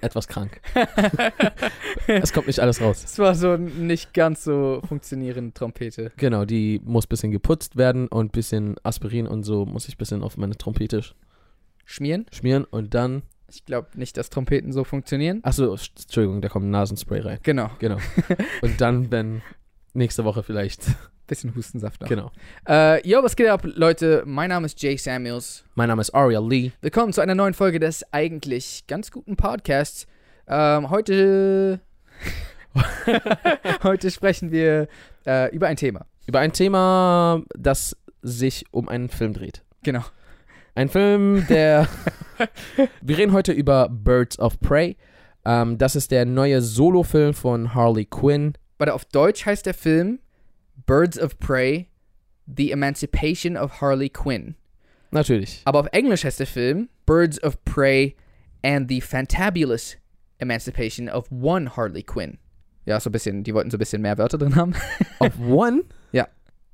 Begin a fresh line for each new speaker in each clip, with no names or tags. etwas krank. es kommt nicht alles raus.
Das war so nicht ganz so funktionierende Trompete.
Genau, die muss ein bisschen geputzt werden und ein bisschen Aspirin und so muss ich ein bisschen auf meine Trompete sch-
Schmieren?
schmieren und dann.
Ich glaube nicht, dass Trompeten so funktionieren.
Achso, st- Entschuldigung, da kommt Nasenspray rein.
Genau,
Genau. Und dann, wenn nächste Woche vielleicht.
bisschen Hustensaft noch.
Genau.
Äh, yo, was geht ab, Leute? Mein Name ist Jay Samuels.
Mein Name ist Ariel Lee.
Willkommen zu einer neuen Folge des eigentlich ganz guten Podcasts. Ähm, heute, heute sprechen wir äh, über ein Thema.
Über ein Thema, das sich um einen Film dreht.
Genau.
Ein Film, der. Wir reden heute über Birds of Prey. Ähm, das ist der neue Solo-Film von Harley Quinn.
Warte, auf Deutsch heißt der Film Birds of Prey, The Emancipation of Harley Quinn.
Natürlich.
Aber auf Englisch heißt der Film Birds of Prey and the Fantabulous Emancipation of One Harley Quinn. Ja, so ein bisschen, die wollten so ein bisschen mehr Wörter drin haben.
Auf One?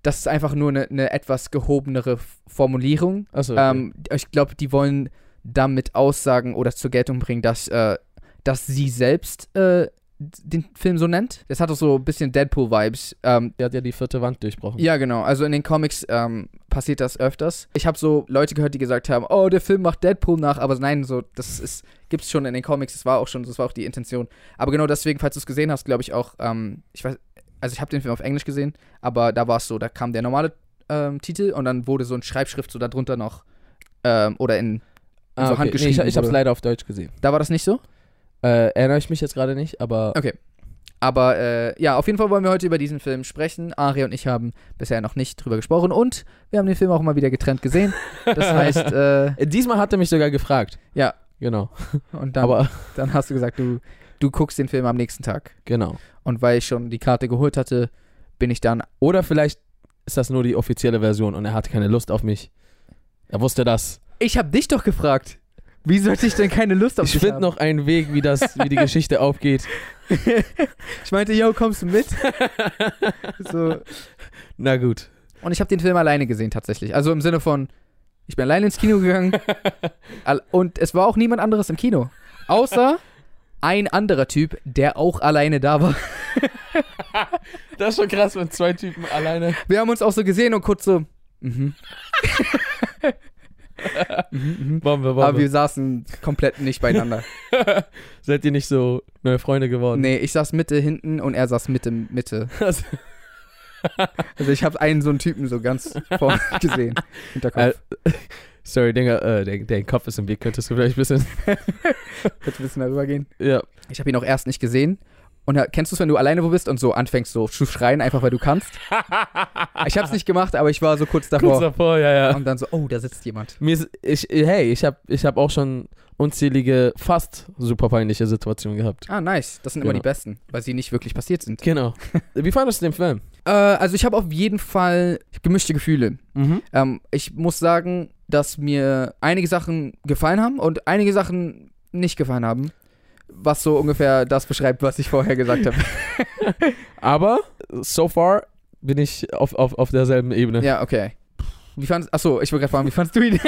Das ist einfach nur eine, eine etwas gehobenere F- Formulierung.
Achso.
Ähm, ich glaube, die wollen damit aussagen oder zur Geltung bringen, dass, äh, dass sie selbst äh, den Film so nennt. Das hat auch so ein bisschen Deadpool-Vibes. Ähm,
der hat ja die vierte Wand durchbrochen.
ja, genau. Also in den Comics ähm, passiert das öfters. Ich habe so Leute gehört, die gesagt haben, oh, der Film macht Deadpool nach, aber nein, so das ist gibt's schon in den Comics. Das war auch schon, das war auch die Intention. Aber genau deswegen, falls du es gesehen hast, glaube ich auch, ähm, ich weiß, also ich habe den Film auf Englisch gesehen, aber da war es so, da kam der normale ähm, Titel und dann wurde so ein Schreibschrift so darunter noch ähm, oder in so handgeschrieben
Ah, Nee, ich ich habe es
wurde.
leider auf Deutsch gesehen.
da war das nicht so.
Äh, erinnere ich mich jetzt gerade nicht, aber
Okay. Aber äh, ja, auf jeden Fall wollen wir heute über diesen Film sprechen. Ari und ich haben bisher noch nicht drüber gesprochen und wir haben den Film auch mal wieder getrennt gesehen. Das heißt, äh,
Äh, diesmal hat er mich sogar gefragt.
Ja.
Genau.
und dann,
aber
dann hast du gesagt, du, du guckst den Film am nächsten Tag.
genau.
Und weil ich schon die Karte geholt hatte, bin ich dann.
Oder vielleicht ist das nur die offizielle Version und er hatte keine Lust auf mich. Er wusste das.
Ich habe dich doch gefragt. Wie sollte ich denn keine Lust auf
ich
dich
finde
haben?
noch einen Weg, wie das, wie die Geschichte aufgeht.
Ich meinte, yo, kommst du mit? so.
Na gut.
Und ich habe den Film alleine gesehen tatsächlich. Also im Sinne von, ich bin alleine ins Kino gegangen al- und es war auch niemand anderes im Kino. Außer ein anderer Typ, der auch alleine da war.
Das ist schon krass, wenn zwei Typen alleine.
Wir haben uns auch so gesehen und kurz so, mhm.
Bombe, Bombe.
aber wir saßen komplett nicht beieinander.
Seid ihr nicht so neue Freunde geworden?
nee, ich saß Mitte hinten und er saß Mitte Mitte.
Also-
Also ich habe einen so einen Typen so ganz vorne gesehen.
Äh,
Hinterkopf.
sorry, Dinger, äh, der, der Kopf ist im Weg. Könntest du vielleicht ein bisschen.
Kannst du ein bisschen darüber gehen?
Ja.
Ich habe ihn auch erst nicht gesehen. Und da- kennst du es, wenn du alleine wo bist und so anfängst so zu schreien, einfach weil du kannst? Ich habe es nicht gemacht, aber ich war so kurz davor.
Kurz davor, ja, ja.
Und dann so, oh, da sitzt jemand.
Mir ist, ich, hey, ich habe ich hab auch schon unzählige, fast super peinliche Situationen gehabt.
Ah, nice. Das sind immer
Genau.
die besten, weil sie nicht wirklich passiert sind.
Genau. Wie fandest du den Film?
Äh, also ich habe auf jeden Fall gemischte Gefühle.
Mhm.
Ähm, ich muss sagen, dass mir einige Sachen gefallen haben und einige Sachen nicht gefallen haben. Was so ungefähr das beschreibt, was ich vorher gesagt habe.
Aber so far bin ich auf, auf, auf derselben Ebene.
ja, okay. Wie fandst, achso, ich wollte gerade fragen, wie fandst du ihn?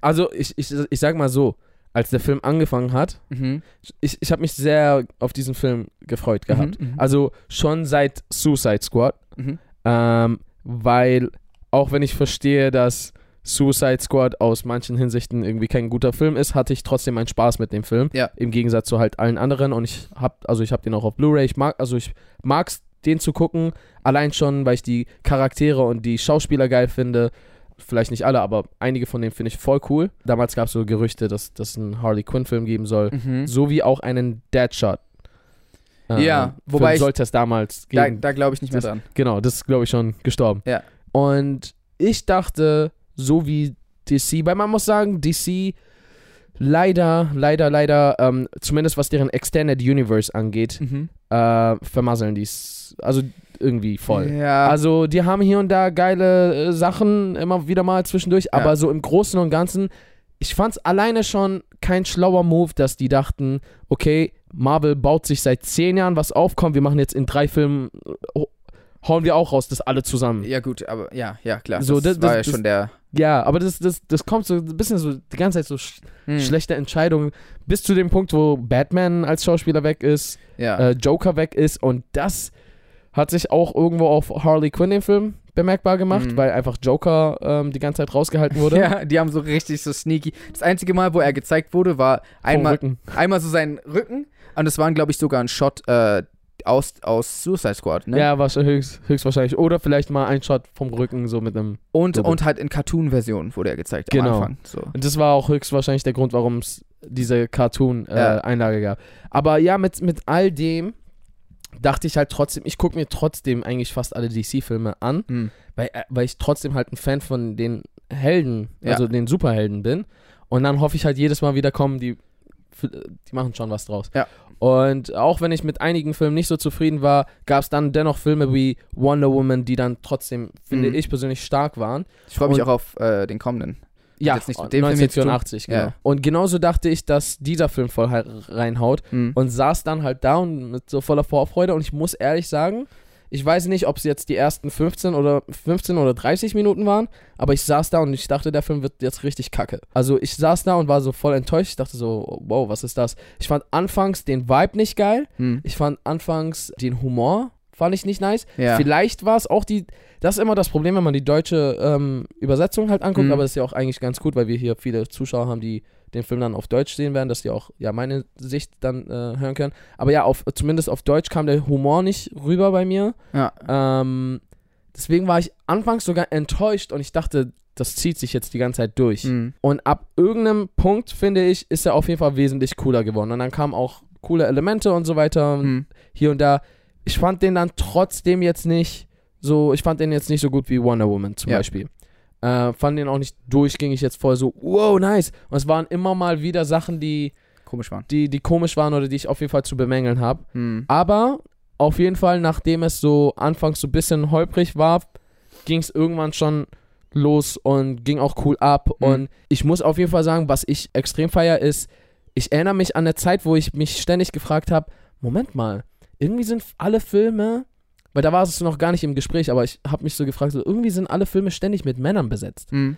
Also ich, ich, ich sag mal so, als der Film angefangen hat,
mhm.
ich, ich habe mich sehr auf diesen Film gefreut gehabt.
Mhm, mhm.
Also schon seit Suicide Squad,
Mhm.
ähm, weil auch wenn ich verstehe, dass Suicide Squad aus manchen Hinsichten irgendwie kein guter Film ist, hatte ich trotzdem meinen Spaß mit dem Film.
Ja.
Im Gegensatz zu halt allen anderen und ich hab, also ich hab den auch auf Blu-ray. Ich mag, also ich mag's den zu gucken, allein schon, weil ich die Charaktere und die Schauspieler geil finde. Vielleicht nicht alle, aber einige von denen finde ich voll cool. Damals gab es so Gerüchte, dass dass es einen Harley Quinn-Film geben soll,
Mhm.
sowie auch einen Deadshot. Ähm,
Ja, wobei ich-
Film sollte es damals
Da,
geben.
da glaube ich nicht mehr dran.
Genau, das ist, glaube ich, schon gestorben.
Ja.
Und ich dachte, so wie DC, weil man muss sagen, DC leider, leider, leider, ähm, zumindest was deren Extended Universe angeht,
Mhm.
äh, vermasseln die es. Also irgendwie voll.
Ja,
Also die haben hier und da geile äh, Sachen immer wieder mal zwischendurch, aber so im Großen und Ganzen, ich fand's alleine schon kein schlauer Move, dass die dachten, okay, Marvel baut sich seit zehn Jahren was auf, komm, wir machen jetzt in drei Filmen, äh, ho- hauen wir auch raus, das alle zusammen.
ja gut, aber ja, ja, klar.
So,
das,
das-
war
das-
ja schon der
Ja, aber das, das, das kommt so ein bisschen so die ganze Zeit so sch
Hm.
schlechte Entscheidungen bis zu dem Punkt, wo Batman als Schauspieler weg ist,
hm, Ja.
äh, Joker weg ist und das hat sich auch irgendwo auf Harley Quinn den Film bemerkbar gemacht,
Mhm.
weil einfach Joker ähm, die ganze Zeit rausgehalten wurde.
Ja, die haben so richtig so sneaky. Das einzige Mal, wo er gezeigt wurde, war
Vom
einmal,
Rücken.
einmal so sein Rücken. Und das waren, glaube ich, sogar ein Shot äh, aus, aus Suicide Squad. Ne?
Ja, war höchst, höchstwahrscheinlich. Oder vielleicht mal ein Shot vom Rücken, so mit einem.
Und,
So
und halt in Cartoon-Version wurde er gezeigt
Genau.
am Anfang. So.
Und das war auch höchstwahrscheinlich der Grund, warum es diese
Ja.
Cartoon-Einlage gab. Aber ja, mit, mit all dem dachte ich halt trotzdem, ich gucke mir trotzdem eigentlich fast alle DC-Filme an,
Hm.
weil, äh, weil ich trotzdem halt ein Fan von den Helden,
Ja.
also den Superhelden bin. Und dann hoffe ich halt jedes Mal wieder kommen, die, äh, die machen schon was draus.
Ja.
Und auch wenn ich mit einigen Filmen nicht so zufrieden war, gab es dann dennoch Filme wie Wonder Woman, die dann trotzdem, finde
Mhm.
ich persönlich, stark waren.
Ich freue mich
Und-
auch auf äh, den kommenden.
Ja,
jetzt nichts mit dem Film jetzt zu tun.
1984, genau.
Ja.
Und genauso dachte ich, dass dieser Film voll halt reinhaut
Hm.
und saß dann halt da und mit so voller Vorfreude und ich muss ehrlich sagen, ich weiß nicht, ob es jetzt die ersten 15 oder 15 oder 30 Minuten waren, aber ich saß da und ich dachte, der Film wird jetzt richtig kacke. Also ich saß da und war so voll enttäuscht. Ich dachte so, wow, was ist das? Ich fand anfangs den Vibe nicht geil.
Hm.
Ich fand anfangs den Humor fand ich nicht nice.
Ja.
Vielleicht war es auch die, das ist immer das Problem, wenn man die deutsche ähm, Übersetzung halt anguckt,
Mhm.
aber das ist ja auch eigentlich ganz gut, weil wir hier viele Zuschauer haben, die den Film dann auf Deutsch sehen werden, dass die auch ja meine Sicht dann äh, hören können. Aber ja, auf, zumindest auf Deutsch kam der Humor nicht rüber bei mir.
Ja.
Ähm, deswegen war ich anfangs sogar enttäuscht und ich dachte, das zieht sich jetzt die ganze Zeit durch.
Hm.
Und ab irgendeinem Punkt, finde ich, ist er auf jeden Fall wesentlich cooler geworden. Und dann kamen auch coole Elemente und so weiter und
Hm.
hier und da. Ich fand den dann trotzdem jetzt nicht so, ich fand den jetzt nicht so gut wie Wonder Woman zum
Ja.
Beispiel. Äh, fand den auch nicht durchgängig jetzt voll so, wow, nice. Und es waren immer mal wieder Sachen, die,
Komisch waren.
die, die komisch waren oder die ich auf jeden Fall zu bemängeln habe.
Hm.
Aber auf jeden Fall, nachdem es so anfangs so ein bisschen holprig war, ging es irgendwann schon los und ging auch cool ab.
Mhm.
Und ich muss auf jeden Fall sagen, was ich extrem feier ist, ich erinnere mich an eine Zeit, wo ich mich ständig gefragt habe, Moment mal, irgendwie sind alle Filme, weil da war es noch gar nicht im Gespräch, aber ich habe mich so gefragt, so, irgendwie sind alle Filme ständig mit Männern besetzt.
Hm.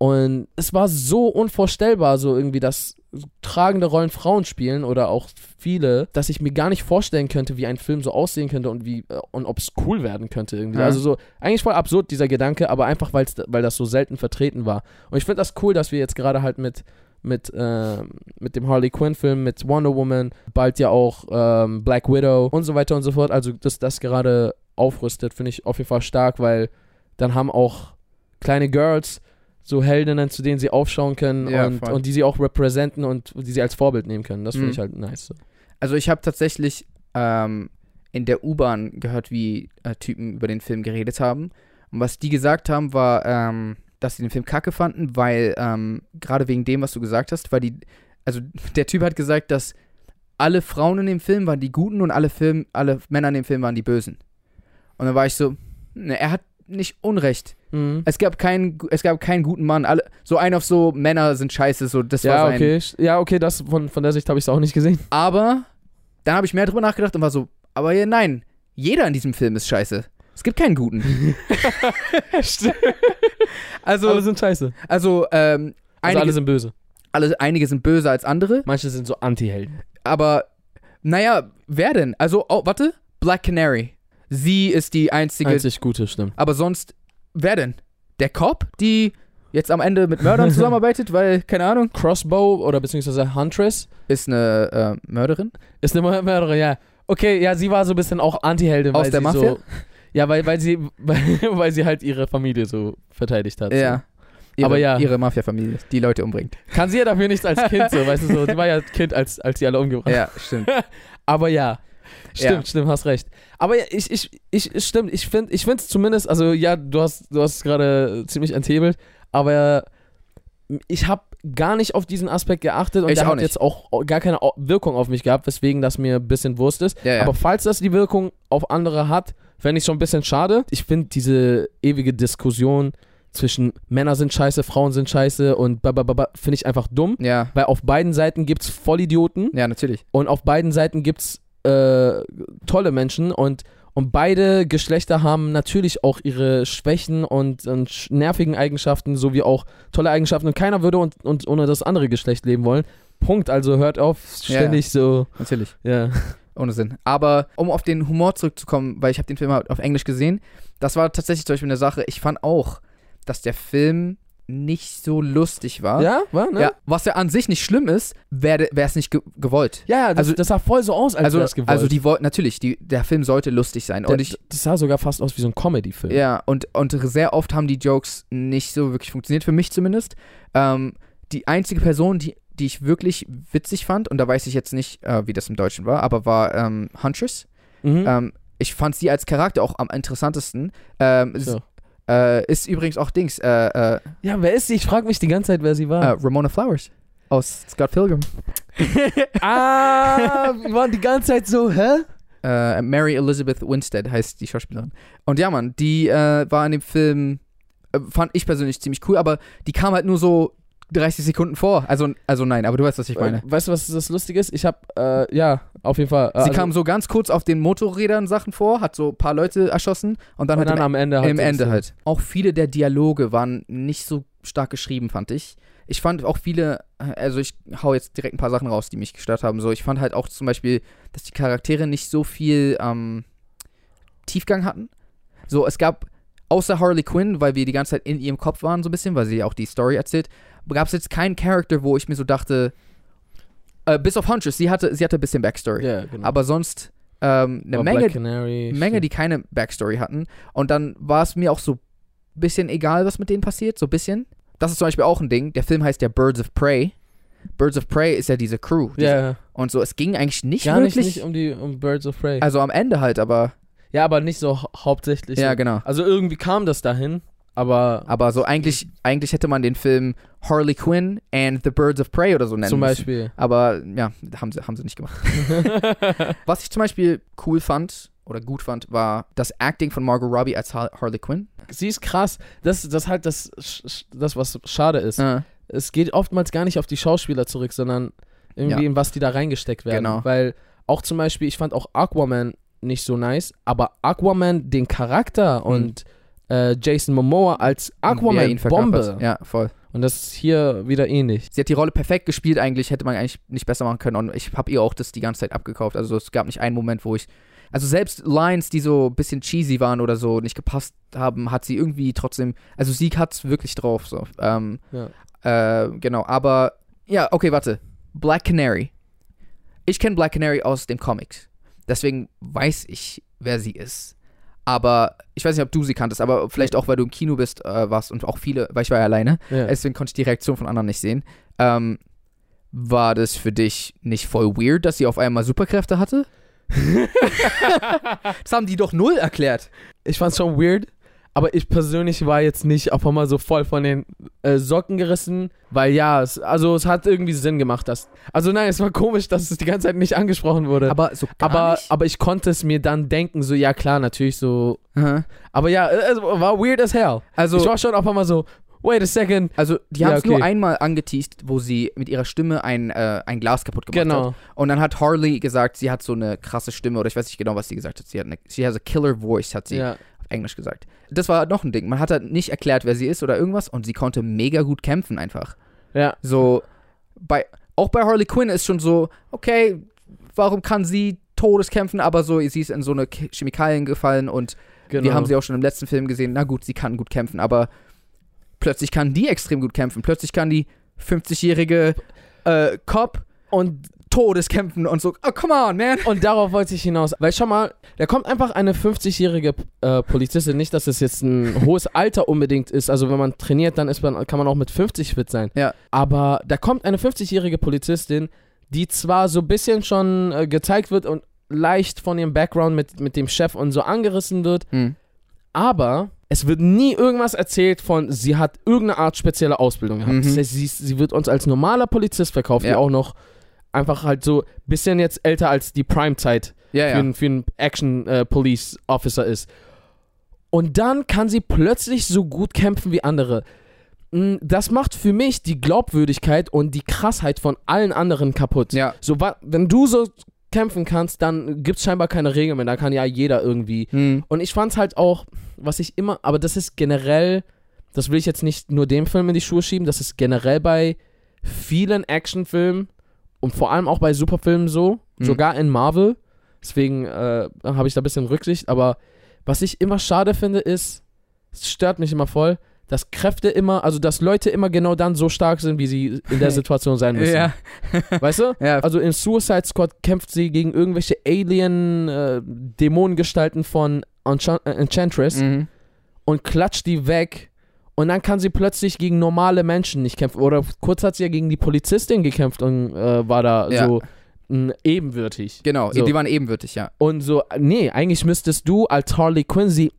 Und es war so unvorstellbar, so irgendwie, dass tragende Rollen Frauen spielen oder auch viele, dass ich mir gar nicht vorstellen könnte, wie ein Film so aussehen könnte und wie äh, und ob es cool werden könnte irgendwie.
Ja.
Also so eigentlich voll absurd dieser Gedanke, aber einfach weil's, weil das so selten vertreten war. Und ich finde das cool, dass wir jetzt gerade halt mit mit ähm, mit dem Harley Quinn Film, mit Wonder Woman, bald ja auch ähm, Black Widow und so weiter und so fort. Also dass das gerade aufrüstet, finde ich auf jeden Fall stark, weil dann haben auch kleine Girls so Heldinnen, zu denen sie aufschauen können
Ja,
und,
voll.
und die sie auch representen und die sie als Vorbild nehmen können. Das finde
Mhm.
ich halt nice. So.
Also ich habe tatsächlich ähm, in der U-Bahn gehört, wie äh, Typen über den Film geredet haben. Und was die gesagt haben, war, ähm, dass sie den Film kacke fanden, weil ähm, gerade wegen dem, was du gesagt hast, weil die, also der Typ hat gesagt, dass alle Frauen in dem Film waren die Guten und alle, Film, alle Männer in dem Film waren die Bösen. Und dann war ich so, ne, er hat nicht Unrecht.
Mhm.
Es gab keinen, es gab keinen guten Mann. Alle, so ein auf so Männer sind scheiße, so das war
Ja,
sein.
okay. sch- Ja, okay, das von, von der Sicht habe ich es auch nicht gesehen.
Aber dann habe ich mehr drüber nachgedacht und war so, aber ja, nein, jeder in diesem Film ist scheiße. Es gibt keinen guten.
alle
Also,
sind scheiße.
also, ähm,
Also
einige,
alle sind böse.
alle, einige sind böser als andere,
Manche sind so Anti-Helden.
aber naja, wer denn? Also, oh, warte, Black Canary. Sie ist die einzige,
Einzig gute, stimmt.
aber sonst, wer denn? Der Cop, die jetzt am Ende mit Mördern zusammenarbeitet, weil, keine Ahnung,
Crossbow oder beziehungsweise Huntress
ist eine äh, Mörderin.
ist eine Mörderin, ja. Okay, ja, sie war so ein bisschen auch Anti-Heldin.
Aus
weil
der
sie
Mafia?
So, ja, weil, weil, sie, weil, weil sie halt ihre Familie so verteidigt hat. So.
Ja. Ihre,
Aber ja.
Ihre Mafia-Familie, die Leute umbringt.
Kann sie ja dafür nichts als Kind, so, weißt du, so. Sie war ja Kind, als, als die alle umgebracht
Ja, stimmt.
Aber ja. Stimmt,
Ja.
stimmt, hast recht. Aber ja, ich, ich, ich, stimmt, ich finde ich find's zumindest, also ja, du hast, du hast es gerade ziemlich enthebelt, aber ich habe gar nicht auf diesen Aspekt geachtet und
Ich
der
auch
hat
nicht.
jetzt auch gar keine Au- Wirkung auf mich gehabt, weswegen das mir ein bisschen Wurst ist.
Ja, ja.
Aber falls das die Wirkung auf andere hat, fände ich schon ein bisschen schade. Ich finde diese ewige Diskussion zwischen Männer sind scheiße, Frauen sind scheiße und babababa, finde ich einfach dumm,
ja.
weil auf beiden Seiten gibt's Vollidioten
ja, natürlich.
und auf beiden Seiten gibt es äh, tolle Menschen und, Und beide Geschlechter haben natürlich auch ihre Schwächen und, und sch- nervigen Eigenschaften sowie auch tolle Eigenschaften. Und keiner würde und, und ohne das andere Geschlecht leben wollen. Punkt. Also hört auf,
Ja.
ständig so.
Natürlich.
Ja.
Ohne Sinn. Aber um auf den Humor zurückzukommen, weil ich habe den Film halt auf Englisch gesehen, das war tatsächlich zum Beispiel eine Sache, ich fand auch, dass der Film nicht so lustig war.
Ja, war, ne?
Ah. Ja, was ja an sich nicht schlimm ist, wäre es nicht ge gewollt.
Ja, ja, das,
Also-
also, das sah voll so aus, als
Also,
wär's gewollt.
also die wollten, natürlich, die, der Film sollte lustig sein.
Der-
Und ich,
das sah sogar fast aus wie so ein Comedy-Film.
Ja, und, und sehr oft haben die Jokes nicht so wirklich funktioniert, für mich zumindest. Ähm, die einzige Person, die, die ich wirklich witzig fand, und da weiß ich jetzt nicht, äh, wie das im Deutschen war, aber war ähm, Huntress.
Mhm.
Ähm, ich fand sie als Charakter auch am interessantesten. Ähm, s-
So.
äh, ist übrigens auch Dings, äh, äh,
Ja, wer ist sie? Ich frage mich die ganze Zeit, wer sie
äh,
war.
Ramona Flowers aus Scott Pilgrim.
ah, wir waren die ganze Zeit so, hä?
Äh, Mary Elizabeth Winstead heißt die Schauspielerin. Und ja, Mann, die äh, war in dem Film, äh, fand ich persönlich ziemlich cool, aber die kam halt nur so 30 Sekunden vor. Also, also nein, aber du weißt, was ich meine.
Äh, Weißt du, was das Lustige ist? Ich habe, äh, ja, auf jeden Fall. äh,
Sie
also-
kam so ganz kurz auf den Motorrädern Sachen vor, hat so ein paar Leute erschossen und dann
und
hat
dann also am Ende
im, im Ende
so-
halt. Auch viele der Dialoge waren nicht so stark geschrieben, fand ich. Ich fand auch viele, also ich hau jetzt direkt ein paar Sachen raus, die mich gestört haben. So, ich fand halt auch zum Beispiel, dass die Charaktere nicht so viel ähm, Tiefgang hatten. So, es gab außer Harley Quinn, weil wir die ganze Zeit in ihrem Kopf waren so ein bisschen, weil sie ja auch die Story erzählt, gab es jetzt keinen Charakter, wo ich mir so dachte, äh, bis auf Huntress, sie hatte, sie hatte ein bisschen Backstory.
Ja, genau.
Aber sonst ähm, eine
War
Menge
Black Canary,
Menge, die keine Backstory hatten. Und dann war es mir auch so ein bisschen egal, was mit denen passiert, so ein bisschen. Das ist zum Beispiel auch ein Ding. Der Film heißt ja Birds of Prey. Birds of Prey ist ja diese Crew. Diese,
Ja,
Und so, es ging eigentlich nicht
gar nicht,
wirklich.
nicht um die um Birds of Prey.
also am Ende halt, aber.
ja, aber nicht so hau- hauptsächlich.
ja,
so.
genau. Ah,
Also irgendwie kam das dahin, aber
Aber so eigentlich, eigentlich hätte man den Film Harley Quinn and the Birds of Prey oder so nennen
zum
müssen.
Beispiel.
Aber ja, haben sie, haben sie nicht gemacht. Was ich zum Beispiel cool fand oder gut fand, war das Acting von Margot Robbie als Har Harley Quinn.
sie ist krass. Das das halt das sch- sch- das was schade ist.
Äh,
es geht oftmals gar nicht auf die Schauspieler zurück, sondern irgendwie
Ja.
in was die da reingesteckt werden.
Genau.
Weil auch zum Beispiel, ich fand auch Aquaman nicht so nice, aber Aquaman, den Charakter und äh, Jason Momoa als
wie er Hm. ihn
Aquaman
verkörpert.
Bombe.
Ja, voll.
Und das ist hier wieder ähnlich.
Sie hat die Rolle perfekt gespielt, eigentlich hätte man eigentlich nicht besser machen können. Und ich habe ihr auch das die ganze Zeit abgekauft. Also es gab nicht einen Moment, wo ich. Also selbst Lines, die so ein bisschen cheesy waren oder so nicht gepasst haben, hat sie irgendwie trotzdem. Also sie hat's wirklich drauf. So. Ähm, äh, genau, aber. Ja, okay, warte. Black Canary. Ich kenne Black Canary aus dem Comics. Deswegen weiß ich, wer sie ist. Aber ich weiß nicht, ob du sie kanntest, aber vielleicht auch, weil du im Kino bist, äh, warst und auch viele, weil ich war ja alleine
Ja.
deswegen konnte ich die Reaktion von anderen nicht sehen. Ähm, war das für dich nicht voll weird, dass sie auf einmal Superkräfte hatte? Das haben die doch null erklärt.
ich fand's schon weird, aber ich persönlich war jetzt nicht auf einmal so voll von den äh, Socken gerissen, weil ja, es, also es hat irgendwie Sinn gemacht, dass. Also nein, es war komisch, dass es die ganze Zeit nicht angesprochen wurde.
Aber so gar
Äh, aber,
nicht.
aber ich konnte es mir dann denken, so, ja klar, natürlich so.
Aha.
Aber ja, äh, es war weird as hell. ich
also,
war schon auf einmal so, wait a second.
also die
Ja,
haben es
okay.
nur einmal angeteased, wo sie mit ihrer Stimme ein, äh, ein Glas kaputt gemacht hat.
Genau.
Und dann hat Harley gesagt, sie hat so eine krasse Stimme oder ich weiß nicht genau, was sie gesagt hat. Sie hat eine, she has a killer voice, hat sie
Ja.
auf Englisch gesagt. Das war noch ein Ding. Man hat halt nicht erklärt, wer sie ist oder irgendwas und sie konnte mega gut kämpfen einfach.
ja.
So, bei, auch bei Harley Quinn ist schon so, okay, warum kann sie Todeskämpfen, aber so, sie ist in so eine Ke- Chemikalien gefallen und
Genau.
wir haben sie auch schon im letzten Film gesehen, na gut, sie kann gut kämpfen, aber plötzlich kann die extrem gut kämpfen. Plötzlich kann die 50-jährige äh, Cop
und,
Todeskämpfen und so, oh, come on, man.
und darauf wollte ich hinaus. Weil schon mal, da kommt einfach eine 50-jährige äh, Polizistin. Nicht, dass es jetzt ein hohes Alter unbedingt ist. Also wenn man trainiert, dann ist man, kann man auch mit 50 fit sein.
Ja.
Aber da kommt eine 50-jährige Polizistin, die zwar so ein bisschen schon äh, gezeigt wird und leicht von ihrem Background mit, mit dem Chef und so angerissen wird,
Hm.
aber es wird nie irgendwas erzählt von, sie hat irgendeine Art spezielle Ausbildung gehabt.
Mhm.
Das heißt, sie, ist- sie wird uns als normaler Polizist verkauft, die
Ja.
auch noch einfach halt so ein bisschen jetzt älter als die Prime-Zeit
Ja,
für,
ja.
einen- für einen Action-Police-Officer ist. Und dann kann sie plötzlich so gut kämpfen wie andere. Mm, Das macht für mich die Glaubwürdigkeit und die Krassheit von allen anderen kaputt.
Ja,
So, wa- wenn du so kämpfen kannst, dann gibt es scheinbar keine Regeln mehr. Da kann ja jeder irgendwie.
Hm.
Und ich fand's halt auch, was ich immer, aber das ist generell, das will ich jetzt nicht nur dem Film in die Schuhe schieben, das ist generell bei vielen Actionfilmen und vor allem auch bei Superfilmen so,
Mhm.
sogar in Marvel. Deswegen äh, habe ich da ein bisschen Rücksicht, aber was ich immer schade finde, ist, es stört mich immer voll, dass Kräfte immer, also dass Leute immer genau dann so stark sind, wie sie in der Situation sein müssen.
Ja.
Weißt du?
ja.
Also in Suicide Squad kämpft sie gegen irgendwelche Alien-Dämonengestalten von Enchan- äh, Enchantress
Mhm.
und klatscht die weg. Und dann kann sie plötzlich gegen normale Menschen nicht kämpfen. Oder kurz hat sie ja gegen die Polizistin gekämpft und äh, war da
Ja.
so mh, ebenwürdig.
Genau,
So.
die waren ebenwürdig, ja.
Und so, äh, nee, eigentlich müsstest du als Harley Quinn sie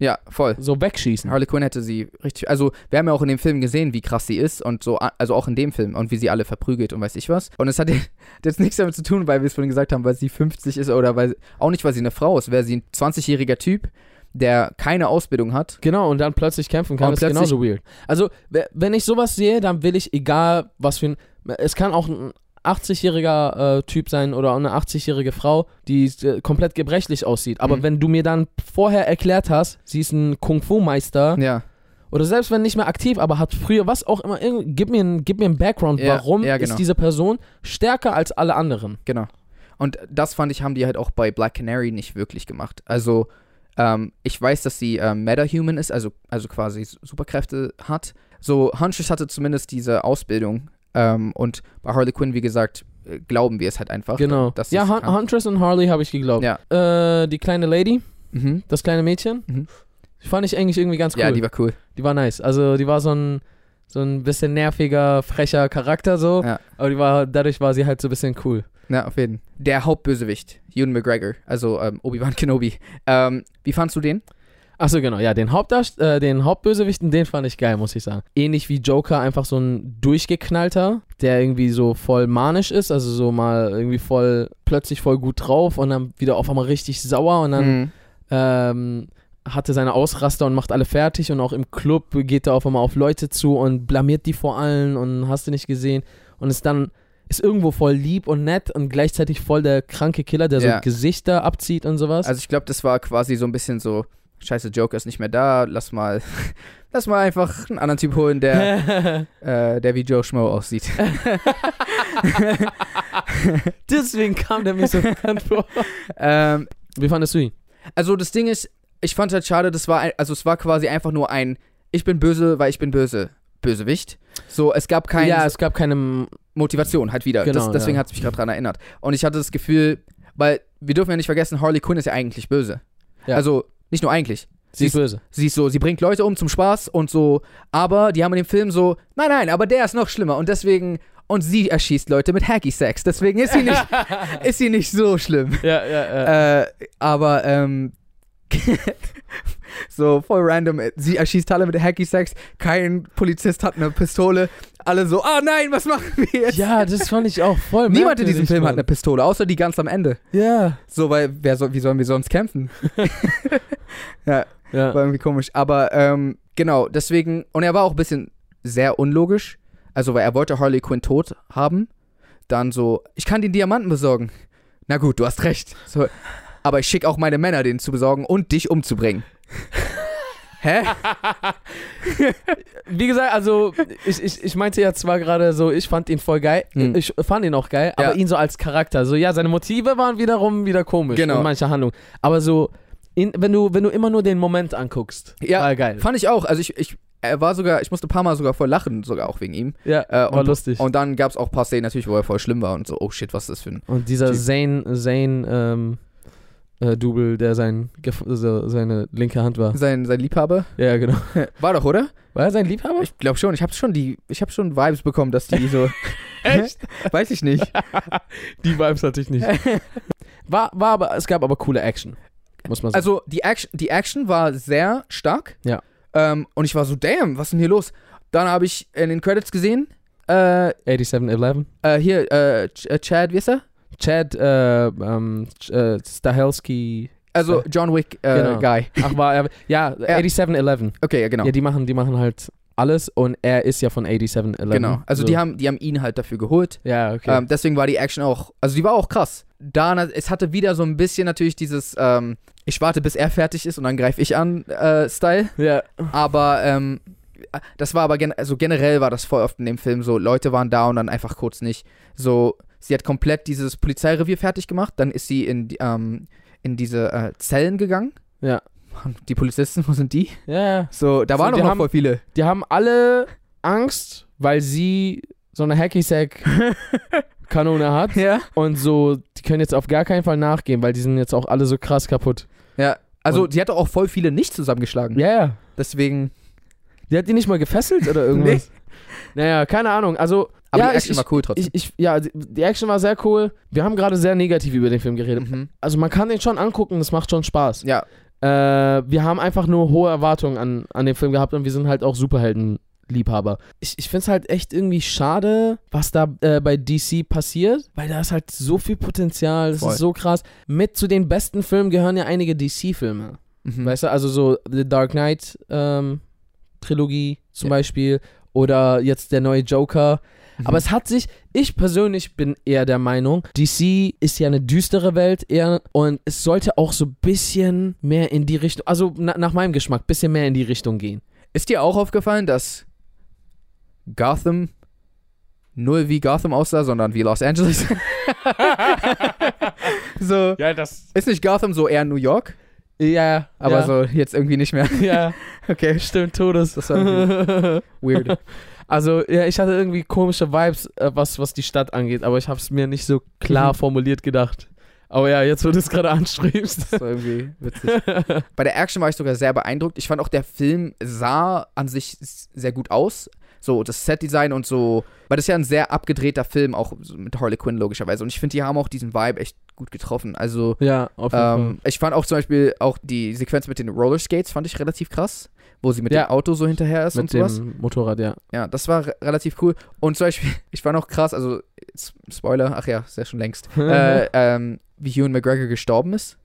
Ja, voll.
so wegschießen.
Harley Quinn hätte sie richtig. Also, wir haben ja auch in dem Film gesehen, wie krass sie ist und so, also auch in dem Film und wie sie alle verprügelt und weiß ich was. Und es hat ja- hat jetzt nichts damit zu tun, weil wir es vorhin gesagt haben, weil sie 50 ist oder weil auch nicht, weil sie eine Frau ist, wäre sie ein 20-jähriger Typ, der keine Ausbildung hat.
Genau, und dann plötzlich kämpfen kann,
Und
ist
plötzlich-
genauso weird. Also, we- wenn ich sowas sehe, dann will ich, egal was für ein. Es kann auch ein 80-jähriger äh, Typ sein oder auch eine 80-jährige Frau, die äh, komplett gebrechlich aussieht. Aber
Mhm.
wenn du mir dann vorher erklärt hast, sie ist ein Kung-Fu-Meister
Ja.
oder selbst wenn nicht mehr aktiv, aber hat früher was auch immer, irgend- gib mir einen gib mir einen Background,
Ja,
warum
ja, genau.
ist diese Person stärker als alle anderen?
Genau. Und das fand ich, haben die halt auch bei Black Canary nicht wirklich gemacht. Also, ähm, ich weiß, dass sie ähm, Meta-Human ist, also, also quasi S- Superkräfte hat. So, Huntress hatte zumindest diese Ausbildung. Ähm, und bei Harley Quinn, wie gesagt, äh, glauben wir es halt einfach.
genau.
dass sie
ja,
es
Hun
kann.
Huntress und Harley habe ich geglaubt. Äh, die kleine Lady,
Mhm.
das kleine Mädchen,
Mhm.
fand ich eigentlich irgendwie ganz cool.
Ja, die war cool.
Die war nice. Also die war so ein, so ein bisschen nerviger, frecher Charakter so.
Ja.
Aber die war, dadurch war sie halt so ein bisschen cool.
Ja, auf jeden Fall. Der Hauptbösewicht, Ewan McGregor, also ähm, Obi-Wan Kenobi. Ähm, wie fandst du den?
Achso, genau. Ja, den, Hauptdarst äh, den Hauptbösewichten, den fand ich geil, muss ich sagen. Ähnlich wie Joker, einfach so ein durchgeknallter, der irgendwie so voll manisch ist. Also so mal irgendwie voll, plötzlich voll gut drauf und dann wieder auf einmal richtig sauer und dann
Mhm.
ähm, hatte seine Ausraster und macht alle fertig und auch im Club geht er auf einmal auf Leute zu und blamiert die vor allen und hast du nicht gesehen und ist dann ist irgendwo voll lieb und nett und gleichzeitig voll der kranke Killer, der
Ja.
so Gesichter abzieht und sowas.
Also ich glaube, das war quasi so ein bisschen so, scheiße, Joker ist nicht mehr da, lass mal, lass mal einfach einen anderen Typ holen, der, äh, der wie Joe Schmo aussieht.
Deswegen kam der mir so bekannt vor.
ähm,
Wie fandest du ihn?
also das Ding ist, ich fand halt schade, das war, ein, also es war quasi einfach nur ein, ich bin böse, weil ich bin böse. Bösewicht. So, es gab keinen
ja, es gab keine.
Motivation halt wieder.
Genau,
das, deswegen
ja.
hat es mich gerade daran erinnert. Und ich hatte das Gefühl, weil wir dürfen ja nicht vergessen, Harley Quinn ist ja eigentlich böse.
Ja.
Also nicht nur eigentlich.
Sie ist böse.
Sie ist so, sie bringt Leute um zum Spaß und so, aber die haben in dem Film so, nein, nein, aber der ist noch schlimmer und deswegen, und sie erschießt Leute mit Hacky Sex, deswegen ist sie nicht, ist sie nicht so schlimm.
Ja, ja,
Äh, aber, ähm, so voll random, sie erschießt alle mit Hacky Sex, kein Polizist hat eine Pistole, alle so, ah nein, was machen wir jetzt?
Ja, das fand ich auch voll.
Niemand in diesem
merkwürdig,
Film hat eine
Mann.
Pistole, außer die ganz am Ende.
Ja.
So, weil, wer soll, wie sollen wir sonst kämpfen?
ja.
War irgendwie komisch. Aber ähm, genau, deswegen. Und er war auch ein bisschen sehr unlogisch. Also, weil er wollte Harley Quinn tot haben. Dann so, ich kann den Diamanten besorgen. Na gut, du hast recht. So, aber ich schicke auch meine Männer, den zu besorgen und dich umzubringen. Hä?
Wie gesagt, also ich, ich, ich meinte ja zwar gerade so, ich fand ihn voll geil,
Hm.
ich fand ihn auch geil, aber
Ja.
ihn so als Charakter. So ja, seine Motive waren wiederum wieder komisch
Genau.
in mancher Handlung. Aber so, in, wenn du wenn du immer nur den Moment anguckst,
Ja,
war er geil.
Fand ich auch. Also, ich, ich, er war sogar, ich musste ein paar Mal sogar voll lachen, sogar auch wegen ihm.
Ja,
Äh,
war lustig. Und,
Und dann gab es auch ein paar Szenen natürlich, wo er voll schlimm war und so, oh shit, was ist das für ein.
dieser
Typ.
Zane Zane ähm, äh, Double, der sein Gef- so, seine linke Hand war.
Sein, sein Liebhaber?
Ja, genau.
War doch, oder?
War er sein Liebhaber?
Ich glaube schon, ich habe schon die, ich habe schon Vibes bekommen, dass die so.
Echt?
Weiß ich nicht.
Die Vibes hatte ich nicht. War, war aber es gab aber coole Action. Muss man sagen.
Also die Action, die Action war sehr stark.
Ja.
Ähm, und ich war so, damn, was ist denn hier los? Dann habe ich in den Credits gesehen, äh,
Also- 8711.
äh, hier, äh, Ch äh, Chad, wie ist er?
Chad äh, ähm, Ch- äh, Stahelski.
Also John Wick äh,
Genau.
Guy.
Ach, war er. Ja, 8711.
Okay, ja, genau.
Ja, die machen, die machen halt alles und er ist ja von 8711.
Genau. Also die, haben, die haben ihn halt dafür geholt.
Ja, okay.
Ähm, deswegen war die Action auch, also die war auch krass. Da, na- es hatte wieder so ein bisschen natürlich dieses, ähm, ich warte, bis er fertig ist und dann greife ich an, äh, Style.
ja.
Aber ähm, das war aber gen also generell war das voll oft in dem Film so, Leute waren da und dann einfach kurz nicht. So, sie hat komplett dieses Polizeirevier fertig gemacht, dann ist sie in, die- ähm, in diese äh, Zellen gegangen.
Ja.
Mann, Die Polizisten, wo sind die?
Ja,
So, da
So,
waren
die
auch noch
haben-
voll viele.
die haben alle Angst, weil sie so eine Hacky-Sack-Kanone hat
Ja.
und so, die können jetzt auf gar keinen Fall nachgehen, weil die sind jetzt auch alle so krass kaputt.
Ja. Also,
Und-
die hat doch auch voll viele nicht zusammengeschlagen.
Ja, ja.
Deswegen.
Die hat die nicht mal gefesselt oder irgendwas. Naja, keine Ahnung. Also,
Aber
ja,
die Action
ich,
war cool trotzdem.
ich, ich, ja, die- die Action war sehr cool. Wir haben gerade sehr negativ über den Film geredet.
mhm.
Also man kann den schon angucken, das macht schon Spaß.
Ja,
Äh, wir haben einfach nur hohe Erwartungen an, an den Film gehabt und wir sind halt auch Superheldenliebhaber. Ich, ich finde es halt echt irgendwie schade, was da äh, bei DC passiert, weil da ist halt so viel Potenzial, das
Voll.
ist so krass. Mit zu den besten Filmen gehören ja einige DC-Filme.
mhm.
Weißt du, also so The Dark Knight ähm, Trilogie zum
Ja.
Beispiel oder jetzt der neue Joker.
Mhm.
Aber es hat sich, ich persönlich bin eher der Meinung, DC ist ja eine düstere Welt eher und es sollte auch so ein bisschen mehr in die Richtung, also na, nach meinem Geschmack, ein bisschen mehr in die Richtung gehen.
Ist dir auch aufgefallen, dass Gotham null wie Gotham aussah, sondern wie Los Angeles? so.
Ja, das.
Ist nicht Gotham so eher New York?
Ja,
Aber
aber
so jetzt irgendwie nicht mehr.
so. Ja,
Okay.
stimmt, Todes.
Das war Weird.
also, ja, ich hatte irgendwie komische Vibes, äh, was, was die Stadt angeht, aber ich habe es mir nicht so klar
Mhm.
formuliert gedacht. Aber ja, jetzt, wo du es gerade anstrebst.
Das war irgendwie witzig. Bei der Action war ich sogar sehr beeindruckt. Ich fand auch, der Film sah an sich s- sehr gut aus. So, das Set-Design und so. Weil das ist ja ein sehr abgedrehter Film, auch so mit Harley Quinn logischerweise. Und ich finde, die haben auch diesen Vibe echt gut getroffen. Also,
ja, auf jeden Fall.
Ähm, ich fand auch zum Beispiel auch die Sequenz mit den Rollerskates fand ich relativ krass, wo sie mit
Ja.
dem Auto so hinterher ist und
Mit dem
sowas.
Motorrad, ja.
Ja, das war re- relativ cool. Und zum Beispiel, ich fand auch krass, also S- Spoiler, ach ja, ist ja schon längst, äh, ähm, wie Ewan McGregor gestorben ist.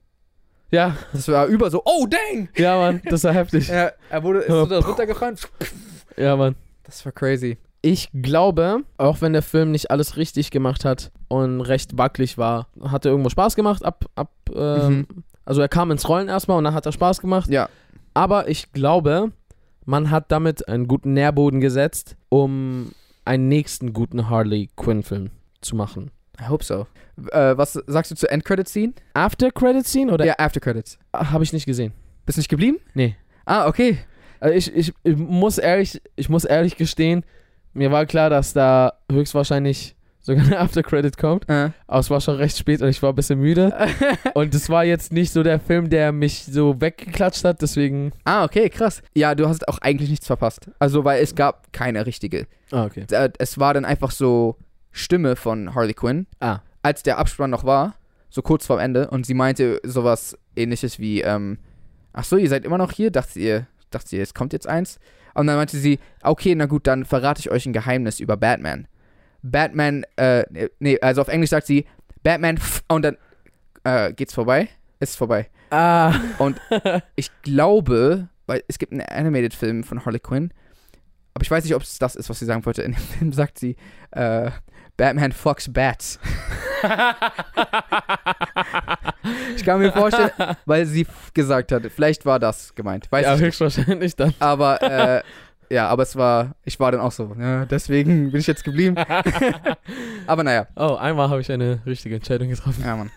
Ja,
Das war über so, oh dang!
ja, Mann, das war heftig.
Er, er wurde
so da
runtergefahren.
Ja, Mann.
Das war crazy.
Ich glaube, auch wenn der Film nicht alles richtig gemacht hat und recht wackelig war, hat er irgendwo Spaß gemacht. Ab, ab, ähm, Also er kam ins Rollen erstmal und dann hat er Spaß gemacht.
Ja.
Aber ich glaube, man hat damit einen guten Nährboden gesetzt, um einen nächsten guten Harley Quinn-Film zu machen.
I hope so. Äh, was sagst du zur Endcredit-Scene?
After Credit Scene oder
Ja, After Credits.
habe ich nicht gesehen?
Bist nicht geblieben?
Nee.
Ah, okay.
Also ich, ich, ich muss ehrlich, ich muss ehrlich gestehen, mir war klar, dass da höchstwahrscheinlich sogar eine After Credit kommt.
Äh.
Aber es war schon recht spät und ich war ein bisschen müde. Und es war jetzt nicht so der Film, der mich so weggeklatscht hat, deswegen.
Ah, okay, krass. Ja, du hast auch eigentlich nichts verpasst. Also, weil es gab keine richtige.
Ah, okay.
Äh, Es war dann einfach so Stimme von Harley Quinn,
Ah.
als der Abspann noch war, so kurz vorm Ende, und sie meinte sowas ähnliches wie, ähm, ach so, ihr seid immer noch hier? Dachte ihr, dachte ihr, es kommt jetzt eins? Und dann meinte sie, okay, na gut, dann verrate ich euch ein Geheimnis über Batman. Batman, äh, nee, also auf Englisch sagt sie, Batman, pff, und dann äh, geht's vorbei, ist vorbei.
Ah.
Und- Ich glaube, weil es gibt einen Animated-Film von Harley Quinn, aber ich weiß nicht, ob es das ist, was sie sagen wollte. In dem Film sagt sie, äh, Batman fucks Bats. Ich kann mir vorstellen, weil sie f- gesagt hat, vielleicht war das gemeint. Weiß
ja,
ich nicht.
höchstwahrscheinlich dann.
Aber, äh, ja, aber es war, ich war dann auch so, ja, deswegen bin ich jetzt geblieben. aber naja,
Oh, einmal habe ich eine richtige Entscheidung getroffen.
ja, Mann.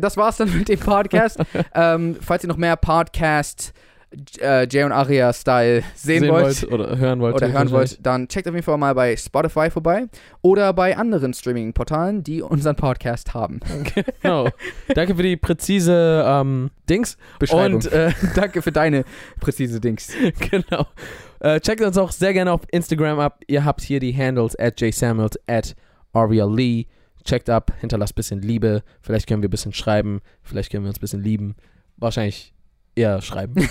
Das war's dann mit dem Podcast. ähm, falls ihr noch mehr Podcast J- äh, Jay und Aria Style sehen, wollt
oder Oh, hören wollt.
oder hören
höchstwahrscheinlich.
wollt, dann checkt auf jeden Fall mal bei Spotify vorbei oder bei anderen Streaming-Portalen, die unseren Podcast haben.
Genau. Danke für die präzise ähm, Dings.
Und
Und äh,
danke für deine präzise Dings.
genau. Äh, checkt uns auch sehr gerne auf Instagram ab. Ihr habt hier die Handles at jsamuels at Aria Lee. E. Checkt ab, hinterlasst ein bisschen Liebe. Vielleicht können wir ein bisschen schreiben. Vielleicht können wir uns ein bisschen lieben. Wahrscheinlich eher schreiben.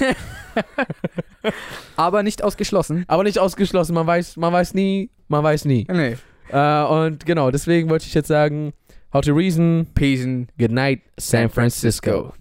Aber nicht ausgeschlossen.
Aber nicht ausgeschlossen. Man weiß, man weiß nie, man weiß nie.
Nee.
Äh, und genau, deswegen wollte ich jetzt sagen, how to reason.
Peace and
Good night, San Francisco.